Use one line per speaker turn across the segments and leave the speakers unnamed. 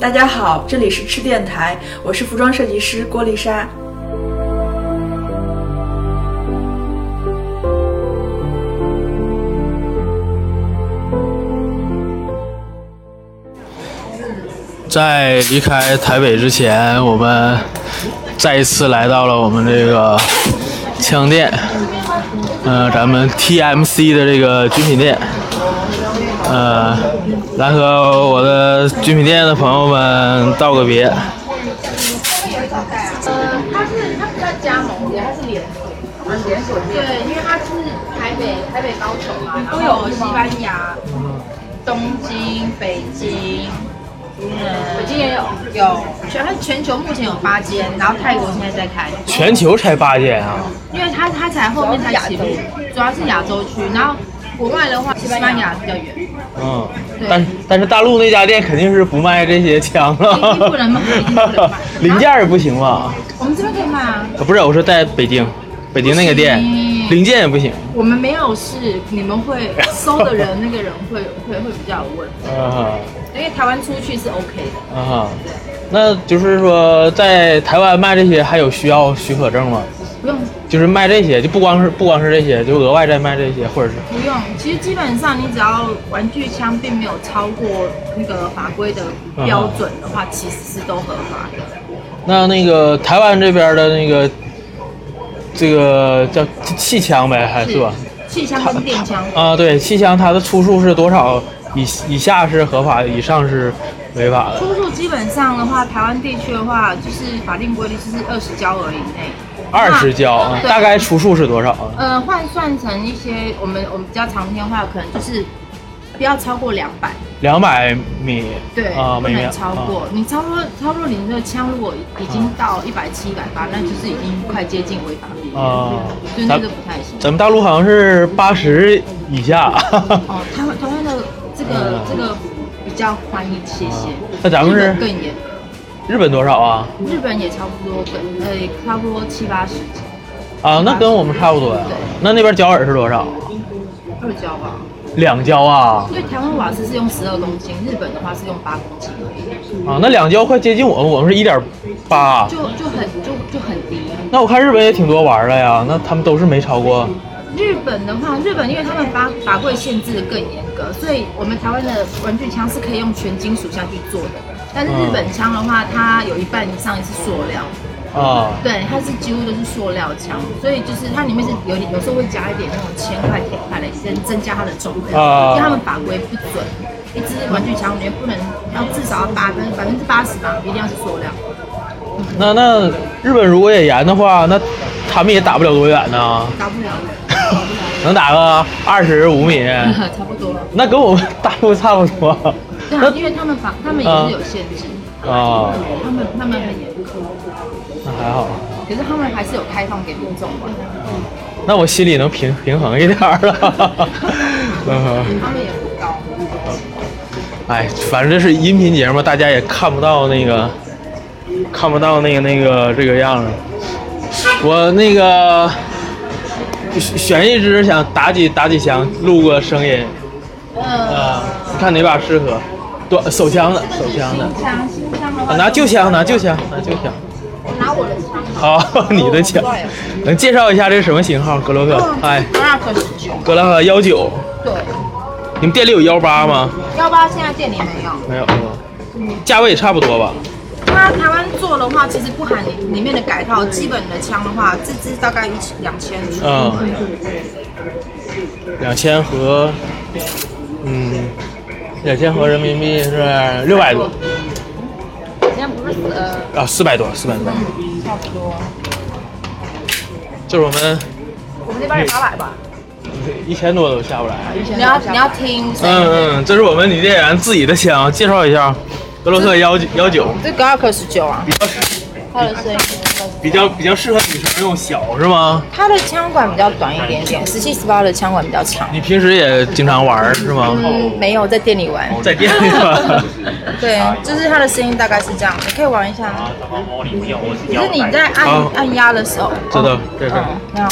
大家好，这里是吃电台，我是服装设计师郭丽莎。
在离开台北之前，我们再一次来到了我们这个枪店，呃，咱们 TMC 的这个军品店，呃，来和我的军品店的朋友们道个别。
呃，它是它不叫加盟店，它是连锁。连锁店。对，因为它是台北、台北、高雄嘛，然后西班牙、东京、北京。嗯，北京也有有，全它全球目前有八间，然后泰国现在在开，
全球才八间啊！
因为它它才后面才起步，主要是亚洲区，然后国外的话，西班牙比较远，
嗯，
对
但但是大陆那家店肯定是不卖这些枪了，
一定不能卖一定不 能卖
零件儿也不行吧？
我们这边可以卖啊，
啊不是，我说在北京，北京那个店
不行
零件也不行。
我们没有事，你们会搜的人那个人会会会比较有问题，
啊
因为台湾出去是 OK 的。
哈啊哈，那就是说在台湾卖这些还有需要许可证吗？
不用
就是卖这些，就不光是不光是这些，就额外再卖这些，或者是
不用，其实基本上你只要玩具枪并没有超过那个法规的标准的话，
嗯
其实是都合法的。
那那个台湾这边的那个这个叫气气枪呗，还是吧？？
气枪跟电枪，
啊，对，气枪它的出处是多少以以下是合法，以上是违法的。
出入基本上的话，台湾地区的话，就是法定规定就是二十焦耳以内。
二十胶啊，
对
大概出处是多少啊？
呃，换算成一些我们我们比较常听的话，可能就是不要超过两百。
两百米
对，
啊，
不
每秒
能超过。
啊
你超过超过你的枪，如果已经到一百七、一百八，那就是已经快接近违法比例了，
啊
就，那
咱
个不太行。
咱们大陆好像是八十以下，
哦，台湾台湾的这个、
嗯
这个比较宽一些些，
那咱们
日
是
本更严，
日本多少啊？
日本也差不多，呃，差不多七八十斤，
啊，那跟我们差不多呀
对。
那那边焦耳是多少？
二焦吧。
两焦啊
因为台湾瓦斯是用十二公斤，日本的话是用八公斤而已，
啊，那两焦快接近我们，我们是一点八。
就就很就就很低。
那我看日本也挺多玩的呀，那他们都是没超过
日本的话，日本因为他们法法规限制的更严格，所以我们台湾的玩具枪是可以用全金属下去做的，但是日本枪的话，它有一半以上是塑料，
啊。
对，它是几乎都是塑料枪，所以就是它里面是有点有时候会加一点那种铅块、铁块来增增加它的重量，
啊
因为他们法规不准，一支玩具枪里面不能要至少要八分百分之八十吧，一定要是呃塑料。
那那日本如果也严的话，那他们也打不了多远呢，
打不了，
能打个二十五米，
差不多了。
那跟我们大陆差不多。
对啊，因为他们法他们也是有限制，
啊，
他们他们很严格。
那还好。
可是他们还是有开放给民众玩，
那我心里能平平衡一点儿了。 嗯，
他们也不高。
哎，反正这是音频节目，大家也看不到那个，看不到那个那个这个样子。我那个选选一支想打几打几枪，录个声音。啊，你看哪把适合？短手枪的，手枪的。
新枪，新枪的
啊
话，
拿旧枪，拿旧枪，拿旧枪。
我拿我的枪。
好， 你的枪，能介绍一下这是什么型号？格洛克，哎，
格拉克十九，
格洛克幺九。
对，
你们店里有幺八吗？
幺八现在店里
没
没有。
有，嗯价位也差不多吧。
那台湾做的话，其实不含里面的改套，基本的枪的话，这支大概一千两千出。
嗯，两千和，嗯，两千和人民币是六百多
现在不是呃，
啊，四百多，四百多。
差不多。
这是我们
我们那边也八百吧。
一千多都下不来。
你要你要听声音。
嗯嗯，这是我们女店员自己的枪，介绍一下，格洛克幺幺九，
这格拉克十九啊，它的声音是
比较比较适合女生用，小是吗？
它的枪管比较短一点点，十七十八的枪管比较长。
你平时也经常玩儿是吗？
嗯，没有在店里玩。
在店 里玩。
对，就是它的声音大概是这样，你可以玩一下。可是你在按
好
按压的时候，
知道这是
嗯，那样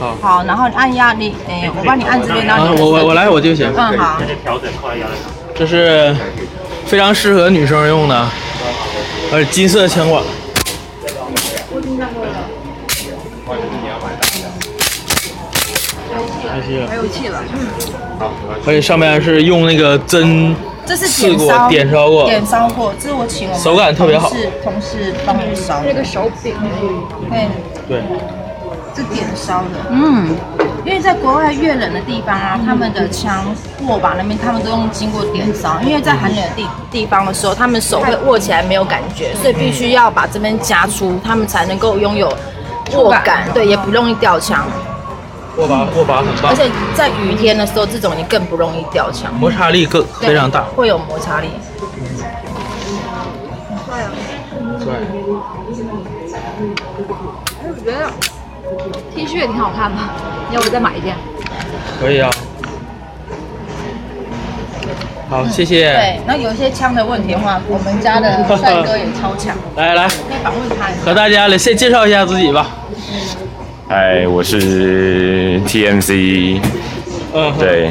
好。
好，然后按压你，哎，我帮你按这边，然
啊
后，你
嗯
我我我来我就行。
嗯好，
调整快要
这是非常适合女生用的，呃，金色枪管。开机了
还，有气了，
而且上面是用那个针
这是
刺
点
过、
烧
点烧过，
点烧过，这是我请我们
手感特别好
同事同事帮我烧的，
那个手柄，
对，
对，
是点烧的，嗯。因为在国外越冷的地方
嗯
啊，他们的枪握把那边他们都用经过点烧，因为在寒冷的地地方的时候，他们手会握起来没有感觉，
嗯
所以必须要把这边夹出，他们才能够拥有握
嗯
感，对，也不容易掉枪。
握把握把很棒
而，且在雨天的时候，这种你更不容易掉枪，
摩擦力更
对
非常大。
会有摩擦力。
对，
哎，我觉得 T 恤也挺好看的，要不再买一件？
可以啊。好，谢谢。
对，那有一些枪的问题的话，我们家的 帅哥也超强，
来来，
可以访问他一下。
和大家来先介绍一下自己吧。
嗨，我是 TMC
嗯，，
对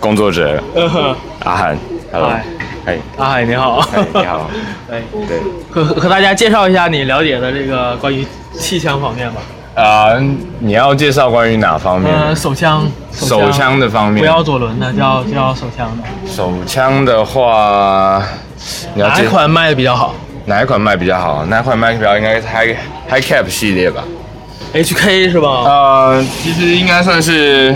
工作者
嗯哼，
阿汉，Hello，
嗨
嗨，
阿海哎你好，
嗨你好，
哎，
对，
和和大家介绍一下你了解的这个关于气枪方面吧。
啊，你要介绍关于哪方面？
呃，手枪，
嗯手枪的方面，
不要左轮的，叫叫手枪的，
手枪的话，你要
哪
介
一款卖的比较好
哪一款卖比较好？哪一款卖比较应该是 High High Cap 系列吧？
？HK 是吧？
呃，其实应该算是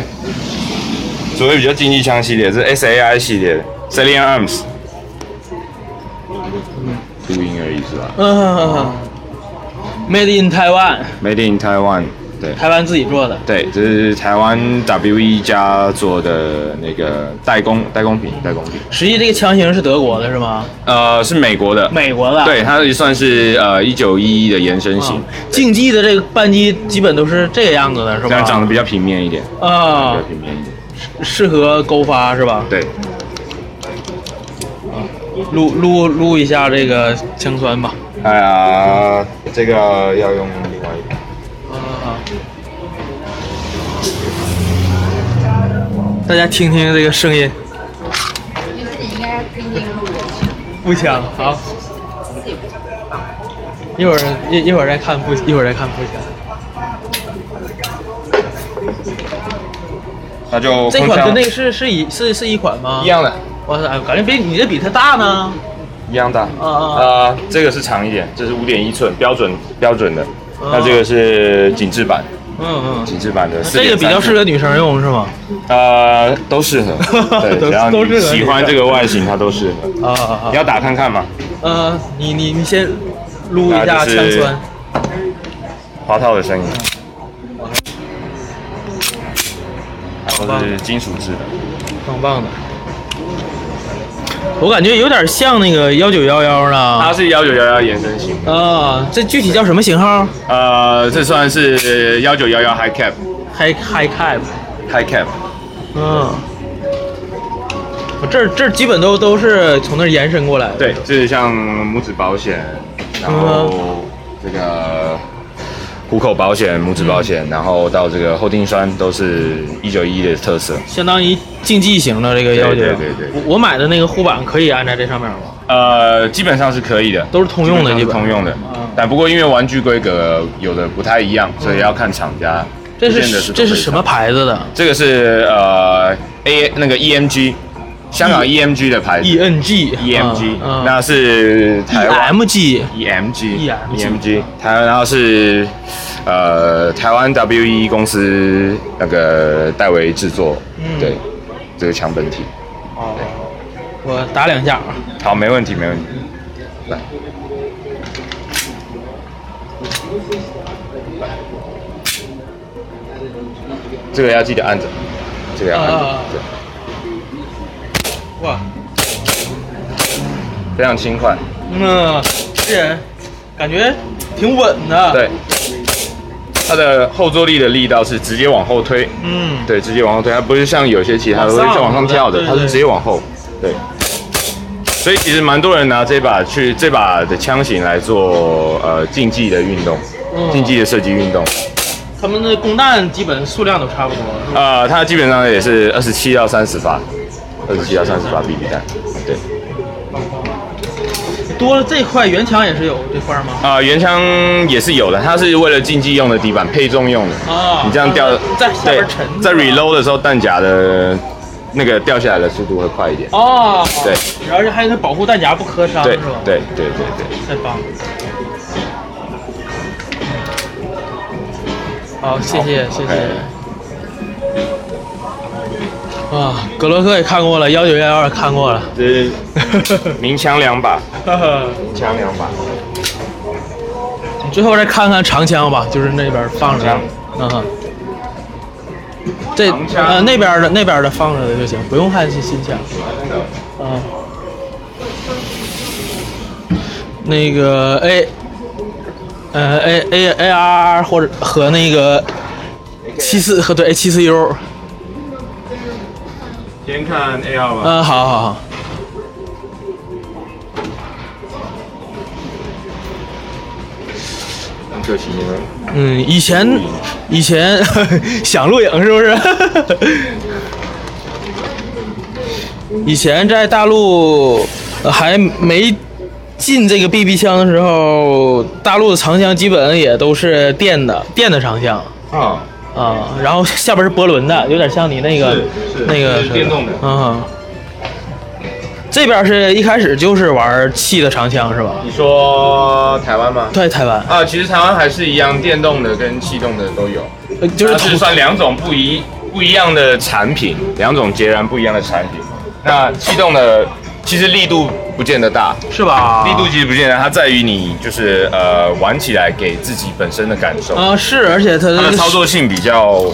所谓比较竞技枪系列，是 SAI 系列的 Salient Arms，录音而已是吧
嗯，Made in Taiwan，
？Made in Taiwan，对。
台湾自己做的。
对，这是台湾 WE 家做的那个代工代工品，代工品，
实际这个枪型是德国的是吗？
呃，是美国的，
美国的。啊
对，它也算是呃一九一一的延伸
嗯。
型，
竞技的这个扳机基本都是这个样子的，是
这
吧？
样长得比较平面一点，比
啊
较，平面一点，
适合勾发是吧？
对，
撸撸撸一下这个枪栓吧。
哎呀，这个要用另外一个。
嗯大家听听这个声音，
其实你应该听听录的。
步枪好。一会儿一一会儿再看步，一会儿再看步枪。
那就
这
空
款
调
跟那个是是一是是一款吗？
一。样的，
哇塞，感觉比你这比它大呢。
一样大。
啊
呃，这个是长一点，这是五点一寸标准标准的，那这个是紧致版，
嗯嗯。
紧致版的4.3寸。
这个比较适合女生用是吗？，
呃，都适合 对，
都
只要
都适
你
合
喜欢这个外形，它都适合。
啊啊
你要打看看吗？
呃，你你你先撸一下
那就
枪
是
栓。
滑套的声音。它都是金属制的，
棒棒的。我感觉有点像那个幺九幺幺
它
呢。
是幺九幺幺延伸型的，
啊，这具体叫什么型号
呃，这算是幺九幺幺 high cap
？High High Cap。
high cap，
嗯。我这儿这儿基本都都是从那儿延伸过来的。
对，就是像拇指保险，然
嗯
后这个虎口保险、拇指保险，然后到这个后定栓都是一九一的特色。
相当于竞技型的这个幺九。
对对对对
我我买的那个护板可以安在这上面吗？
呃，基本上是可以的，
都是通用的
基本上是通用的
嗯。
但不过因为玩具规格有的不太一样，所以要看厂家。
这
不见得
是
都
这
可
是
以
什么
上？
牌子的
这个是呃 A 那个 EMG，香港 EMG 的牌子。
？ENG。
EMG，
E 嗯
E
E
那是台湾 E
EMG。
EMG
EMG
EMG 台湾，然后是呃台湾 WE 公司那个戴维制作
嗯，
对这个强本体。
哦。我打两下啊。
好，没问题，没问题。来，来这个要记得按着，这个要按着，
啊
对，
哇。
非常轻快。
嗯，这人感觉挺稳的。，
对，它的后坐力的力道是直接往后推，
嗯，
对，直接往后推，它不是像有些其他的
往
会
上
是往上跳的，
对对
它是直接往后，对。所以其实蛮多人拿这把去这把的枪型来做呃竞技的运动
嗯，
竞技的射击运动。
他们的供弹基本数量都差不多。
呃，它基本上也是二十七到三十发，二十七到三十八 BB 弹，对。
多了这块原墙也是有这块吗？
啊、原枪也是有的，它是为了竞技用的底板，配重用的。
哦
你这样掉
在下边
对
沉是吧
在 reload 的时候，弹夹的那个掉下来的速度会快一点。
哦，
对，
而且还可以保护弹夹不磕伤，
对
是吧？，
对对对对，
太棒了。好，谢谢谢谢。啊，格洛克也看过了，幺九幺幺也看过了。
这是鸣枪两 把，鸣枪两把，
你最后再看看长枪吧，就是那边放着的
长，
嗯哼。这
长枪
呃那边的那边的放着的就行，不用看新新枪。嗯。那个 A，呃 A A A R 或者和那个七四和对 A 七四 U，
先看 AR 吧。
嗯，好好好。
很可惜呢，
嗯，以前以前 想录影是不是？ 以前在大陆呃还没进这个 BB 枪的时候，大陆的长枪基本也都是电的电的长枪
啊，
啊，然后下边是波轮的，有点像你那个
是是
那个
是电动的
嗯，这边是一开始就是玩气的长枪是吧？
你说台湾吗？
在台湾，
啊，其实台湾还是一样，电动的跟气动的都有，
呃就
它
是
啊是
土
算两种不一不一样的产品，两种截然不一样的产品。那气动的其实力度不见得大，
是吧？
力度其实不见得，它在于你就是呃玩起来给自己本身的感受，
啊、是，而且它
它的操作性比较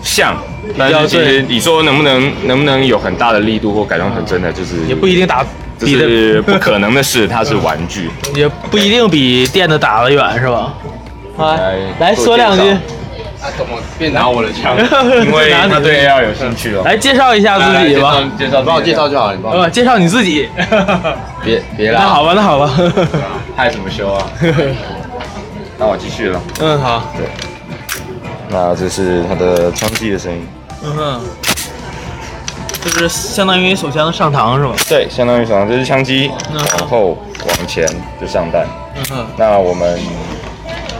像，但
较
是其实你说能不能能不能有很大的力度或改动成真的，就是
也不一定打
这
比的，
是不可能的事，它是玩 具。
也不一定比电的打得远，是吧？啊，来
做
说两
介
句
绍，
他怎么别拿我的 枪？
因为他对 AR 有兴趣哦。
来介绍一下自己吧。，
介绍，帮我介绍就好了，你帮我。
呃，介绍你自己。
别别
那
啦，
好吧，那好吧。
害什么羞 啊？那我继续了。
嗯，好。
那这是他的枪击的声音，
嗯哼，就是相当于手枪的上膛是吧？
对，相当于什么？这是枪击，
嗯
往后往前就上弹。
嗯哼。
那我们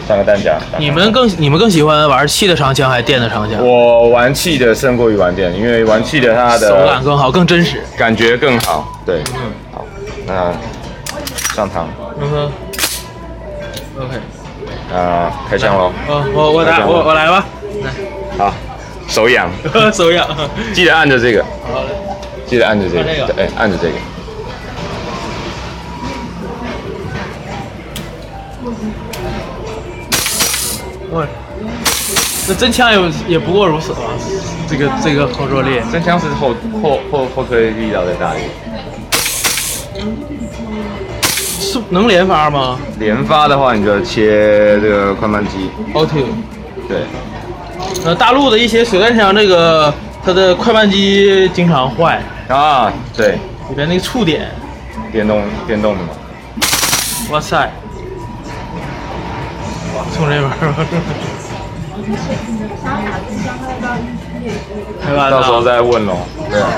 上个弹夹。打开
你们更你们更喜欢玩气的长枪还是电的长枪？
我玩气的胜过于玩电，因为玩气的它
手感
的
更好，更真实。
感觉更好。对，嗯好，那上膛，
嗯哼。OK，
那开枪喽。
哦，我我来我我来吧，
好，手痒，
手痒。
记得按着这个。
好嘞。
记得按着这
按这个
个，对，按着这个。
哇，那真枪也也不过如此吧？这个这个后坐力，
真枪是后后后后推力道在大一点，
是能连发吗
连发的话你就切这个快慢机，
o t
对，
呃，大陆的一些水弹枪，这个它的快慢机经常坏，
啊，对，
里边那个触点，
电动电动的嘛，
哇塞，从这边儿吧。开玩
到时候
笑，
再问喽。对啊，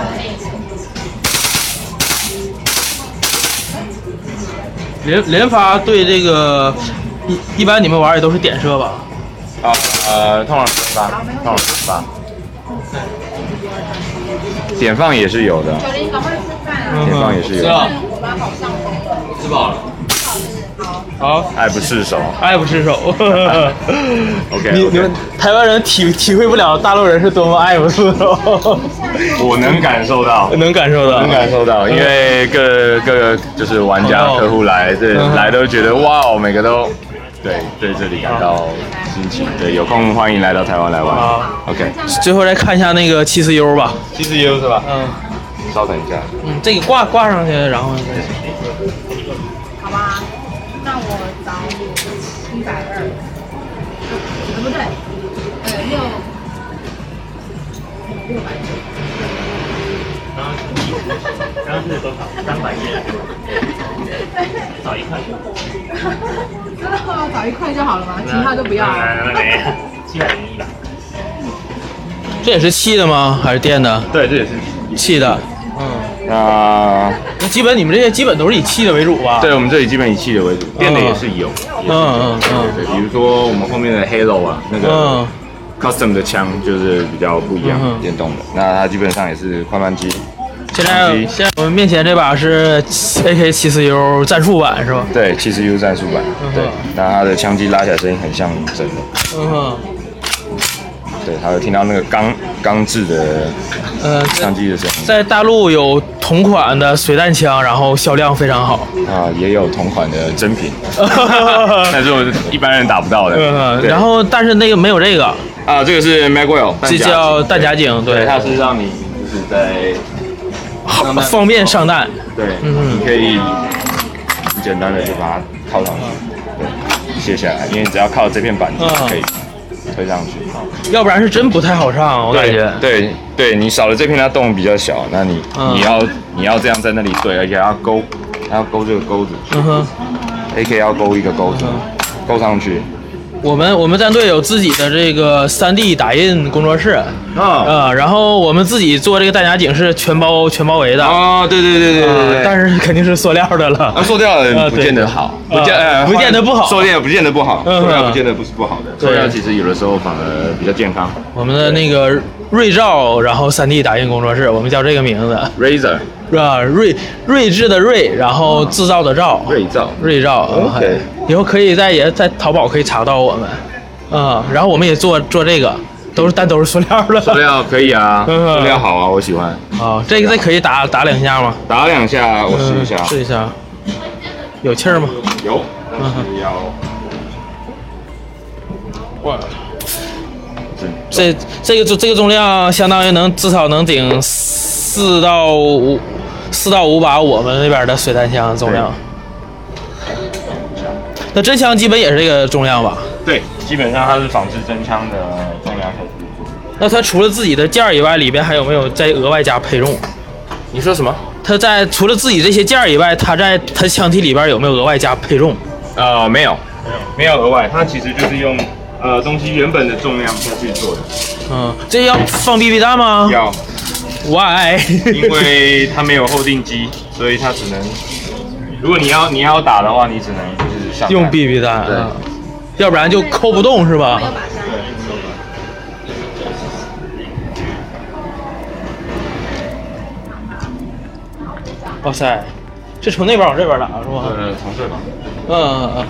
连连发对这个一一般你们玩也都是点射吧？
啊呃，通常是发，通常是发。点放也是有的，
嗯
点放
哼
也是有
是
的，
啊，好，
爱不释手。
爱不释手。
OK，
你你们台湾人体体会不了大陆人是多么爱不释手，
我能感受到。
能感受到，
能感受到，因为各各个就是玩家
哦
客户来，这
嗯
来都觉得哇哦，每个都对对这里感到新奇。对，有空欢迎来到台湾来玩
好。
OK，
最后再看一下那个七四 U 吧，
七十 U 是吧？
嗯
稍等一下，
嗯，这个挂挂上去，然后
好吧？那我找你一百二，呃不对，呃六六百。然后是多少？三百一。找一块。真的吗？找一块就好了吗？其他都不要啊。
哎
这也是气的吗？还是电的？
对，这也是
气的，嗯，
那
基本你们这些基本都是以气的为主吧？
对我们这里基本以气的为
啊
主，电的也是有，
嗯，嗯嗯
对，比如说我们后面的 Halo 啊，那个
嗯
custom 的枪就是比较不一样
嗯，哼
电动的，那它基本上也是快慢机，
现在
以及
现在我们面前这把是 AK 7 4 U 战术版是吧？
对，七十 U 战术版，对
嗯，
那它的枪击拉起来声音很像真的，
嗯哼，
对，还有听到那个钢钢制的
呃，
枪
在
击的声音
在大陆有同款的水弹枪，然后销量非常好。
啊，也有同款的真品，但是我一般人打 不到的
啊嗯，，
对
然后但是那个没有这个，
啊，这个是 Magwell，
这叫弹夹井，
对，
对，
它是让你就是在
好方便上弹。
对，
嗯
你可以很简单的就把它套上去，对，卸下来，因为只要靠这片板子
嗯
就可以推上去。
要不然是真不太好上，我感觉。
对对，你少了这片，它洞比较小，那你
嗯
你要你要这样在那里对，而且要勾，要勾这个钩子
嗯哼，
，AK 要勾一个钩子，
嗯
勾上去。
我们我们战队有自己的这个 3D 打印工作室，
啊
啊，然后我们自己做这个弹夹井是全包全包围的，
啊，对对对对对对，
但是肯定是塑料的了。
啊，塑料
啊
的不
对
见得好，
啊
不见呃
不见得不好
塑料不见得不好，
嗯
塑料不见得不是不好的，塑料其实有的时候反而比较健康。
我们的那个瑞兆，然后 3D 打印工作室，我们叫这个名字，
Razor
是吧？睿睿智的睿，然后制造的造，
锐造，
瑞兆。啊
OK
以后可以在也在淘宝可以查到我们，啊，然后我们也做做这个，都是但都是塑料 的。
塑料可以啊，
嗯
塑料好啊，我喜欢。
啊，这个这可以打打两下吗？
打两下，我嗯试一下
嗯。试一下，有气儿吗？
有，
嗯哼
要
哇，
这
这这个重这个重量相当于能至少能顶四到五四到五把我们那边的水弹枪重量。那真枪基本也是这个重量吧？
对，基本上它是仿制真枪的重量才是。
那它除了自己的件儿以外，里边还有没有再额外加配重？
你说什么？
它在除了自己这些件儿以外，它在它枪体里边有没有额外加配重？
呃，没有，没有额外，它其实就是用呃东西原本的重量下去做的。
嗯，这要放 BB 弹吗
要，
？Why？
因为它没有后定机，所以它只能，如果你要你要打的话，你只能就是 上
用
弹
BB 弹，
对
啊要不然就扣不动是吧？哇塞，这从那边往这边打是吧？
呃从这吧。
嗯嗯嗯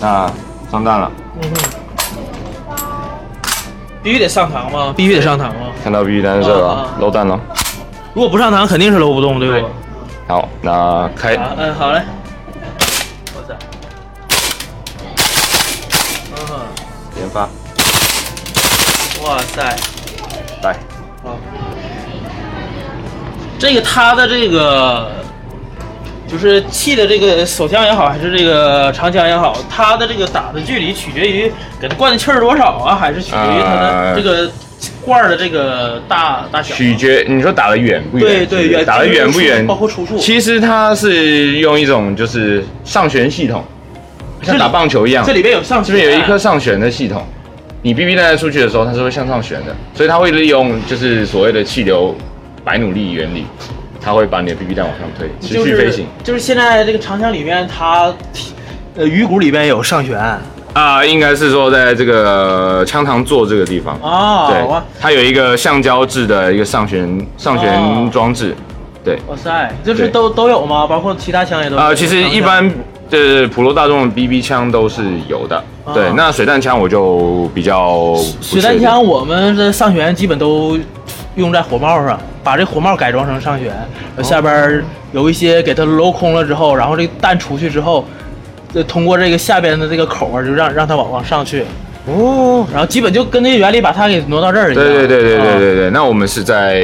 那上弹了，
嗯必须得上膛吗？必须得上膛吗？
看到 BB 弹是这
啊
吧
啊？
漏弹了。
如果不上膛，肯定是搂不动，对不？
好，那开
好，嗯，好嘞。哇塞，嗯，
连发，
哇塞，
来，
好。这个它的这个就是气的这个手枪也好，还是这个长枪也好，它的这个打的距离取决于给它灌的气儿多少啊，还是取决于它的
呃
这个罐儿的这个大大小啊。
取决你说打得远不
对
远？
对
是不是
远
打得远不远？
包括出处
其实它是用一种就是上旋系统，像打棒球一样，
这里边有上
这边有一颗
颗，
上旋的系统。你 BB 弹在出去的时候，它是会向上旋的，所以它会利用就是所谓的气流白努力原理，它会把你的 BB 弹往上推，持
就
续
是
飞行
就是现在这个长枪里面它。呃，鱼骨里边有上旋啊，
啊、应该是说在这个枪膛座这个地方
啊哇
对，它有一个橡胶制的一个上旋上
哦
旋装置，对，
哇塞，就是
对
都都有吗？包括其他枪也都有
啊，其实
上
一
哦旋
般的普罗大众的 BB 枪都是有的，
啊
对。那水弹枪我就比较不
水
确
弹
定
枪，我们的上旋基本都用在火帽上，把这火帽改装成上旋，下边儿有一些给它镂空了之后，然后这个弹出去之后，就通过这个下边的这个口啊，就让让它往往上去，
哦，
然后基本就跟那个原理把它给挪到这儿一样。
对对对对对
啊
对对。那我们是在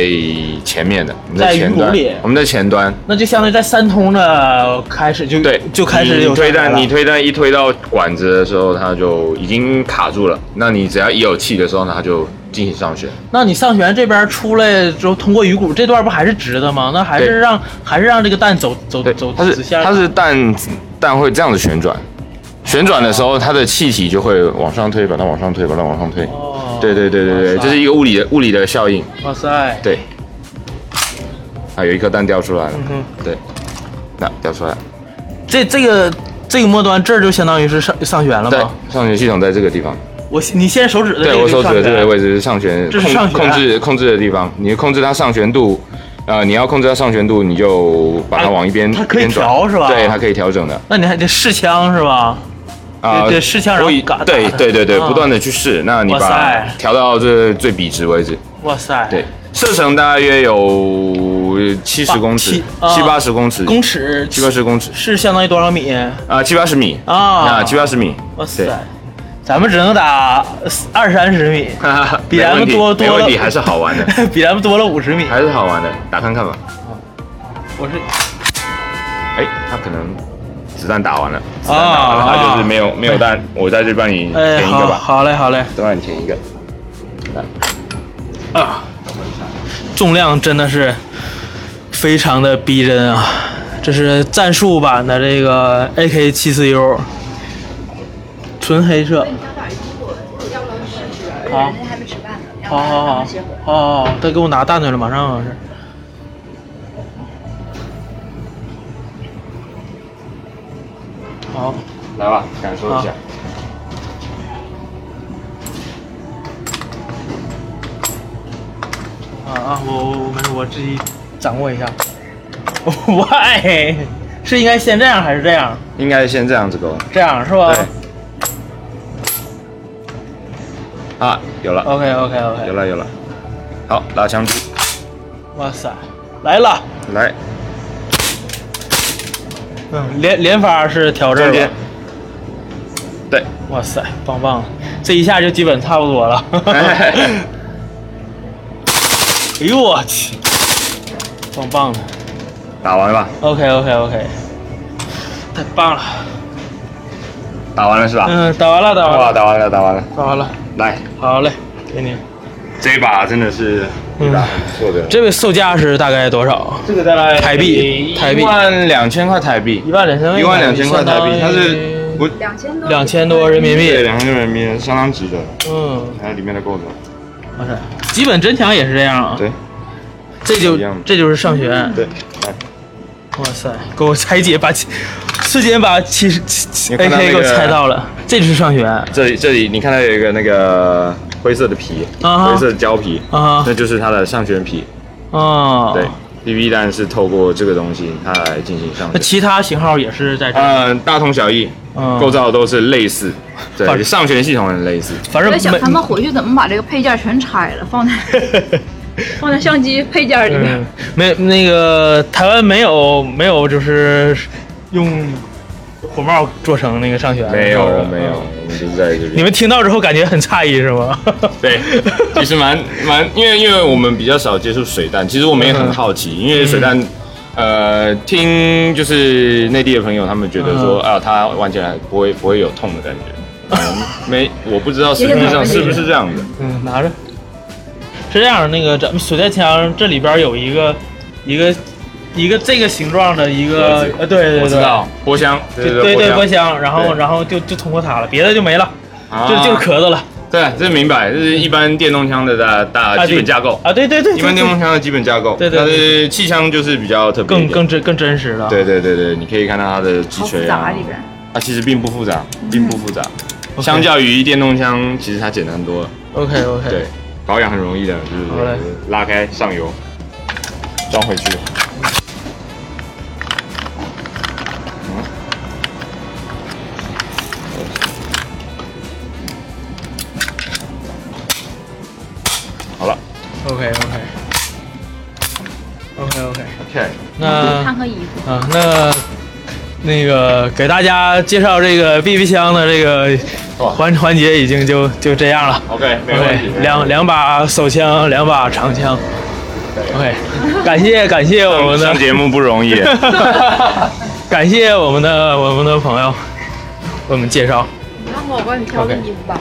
前面的，我们
在
前
鱼骨
端
里，
我们在前端。
那就相当于在三通的开始就
对，
就开始
你
有
推
上旋
弹，
了
你推弹一推到管子的时候，它就已经卡住了。那你只要一有气的时候，它就进行上旋。
那你上旋这边出来之后，通过鱼骨这段不还是直的吗？那还是
对
让还是让这个弹走走
对
走，
它
直
是
线儿。
它是弹弹会这样子旋转，旋转的时候，它的气体就会往上推，把它往上推，把它往上推。
哦
对对对对对，
哇塞
这是一个物理的物理的效应。
哇塞，
对，啊，有一颗蛋掉出来了。
嗯
对，那掉出来了。
这这个这个末端这儿就相当于是上上旋了
对
吗？，
上旋系统在这个地方。
我你现在手指的
对
这
我
个就
手
上
指的这
旋
个位置是上旋，
这是上旋
控控制控制的地方，你控制它上旋度。呃，你要控制它上旋度，你就把它
啊
往一边，
它可以
一边转
调是吧
对，它可以调整的。
那你还得试枪是吧？
啊，
对对试枪然后
我以
嘎
对
打它
对对对，
啊
不断的去试，那你
哇
把
塞哎
调到这最笔直为止。
哇塞，
对，，射程大约有七十公尺，
七
七
啊
八十公尺，
公尺
七八十公尺
是相当于多少米？
啊，七八十米
啊
七八十米。
哇塞
对，
咱们只能打二三十米，
哈哈
比
没
咱
问
们
题
多多
没问
了
题，还是好玩的，
比咱们多了五十米。
还是好玩的，打看看吧。
嗯我是
哎，他可能子弹打完了，子
啊
弹打完了，他就是
啊
没有没有弹，我在这帮你
哎，
填一个
好，
吧，
好嘞，好嘞，
再帮你填一个。
重量真的是非常的逼真啊！这是战术版的这个 AK 7 4 U，纯黑色。好，好好好，好好，他给我拿蛋去了，马上好像是。好，
来吧，感受一下
好。啊啊，我我我没事，我自己掌握一下。喂，是应该先这样还是这样？
应该先这样子勾。
这样是吧
对啊，有了，
？OK OK OK，
有了，有了。好，拉枪支，
哇塞，来了，
来，
嗯，连连发是调这
中
儿
间
吧？。
对，
哇塞，棒棒，这一下就基本差不多了。哎呦我去，棒棒的
打完了吧？
，OK OK OK，太棒了，
打完了是吧？
嗯，打完了打完
哇，
了
打完了，打完了。
打完了，
来，
好嘞，给你。
这一把真的是一把很不错的。
嗯这位售价是大概多少？
这个大概
台币台币
一万两千块台币
一，万两千块，
一万两千块台币，它是我
两千多，
两千多人民
对
币。
两千人民币，相当值得。
嗯，
还有里面的构造，
哇塞，基本真强也是这样啊。
对
这就
一样的
这就是上旋。
对，来，
哇塞，给我拆解，把七瞬间把七十七七
你看他
AK
那
给
个
我拆到了，这就是上旋啊
这里这里你看到有一个那个灰色的皮，
啊哈
灰色的胶皮，
啊
那就是它的上旋皮。
哦
对，BB 弹是透过这个东西它来进行上
那
旋。
其他型号也是在这儿，
嗯，大同小异，
嗯
构造都是类似，
反
对，上旋系统很类似。
反
我
正
在想
没
他们回去怎么把这个配件全拆了， 放在放在相机配件里面
嗯。没那个台湾没有没有就是用火帽做成那个上旋，
没有
是吧
没有，
嗯
我们就是在这边
你。们听到之后感觉很诧异是吗？
对，其实蛮蛮，因为因为我们比较少接触水弹，其实我们也很好
嗯
奇，因为水弹，呃，听就是内地的朋友他们觉得
嗯
说、啊，它完全不会不会有痛的 感觉，嗯没，我不知道实际上是不是这样的。
嗯，拿着。是这样，那个咱们手电枪这里边有一个一个一个这个形状的一个
盒子，
呃，对对对，
我知道，波箱，
对对对，波
波箱，
箱，然后
对
然后就就通过它了，别的就没了，
啊
就就是壳子了，
对，啊这明白，这是一般电动枪的大大
啊
基
对
本架构，
啊，对对对，
一般
就
电动枪的基本架构，
对对
但
对
是气枪就是比较特别一
更
点，
更真更真实了，
对对对对，你可以看到它的击锤啊，
里边嗯
它其实并不复杂，并不复杂。
OK
相较于电动枪，其实它简单多了。
，OK OK，
对，保养很容易的，就
哎好嘞
是拉开上油，装回去。
嗯
好了
OK OK OK OK，
，OK，
那
看和衣服，
啊那。那个给大家介绍这个 BB 枪的这个
哇
环环节已经就就这样了。
，OK，没问题
OK，。两两把手枪，两把长枪。OK，感谢感谢我们的
上节目不容易，
感谢我们的我们的朋友为我们介绍。
然后我帮你挑个衣服吧。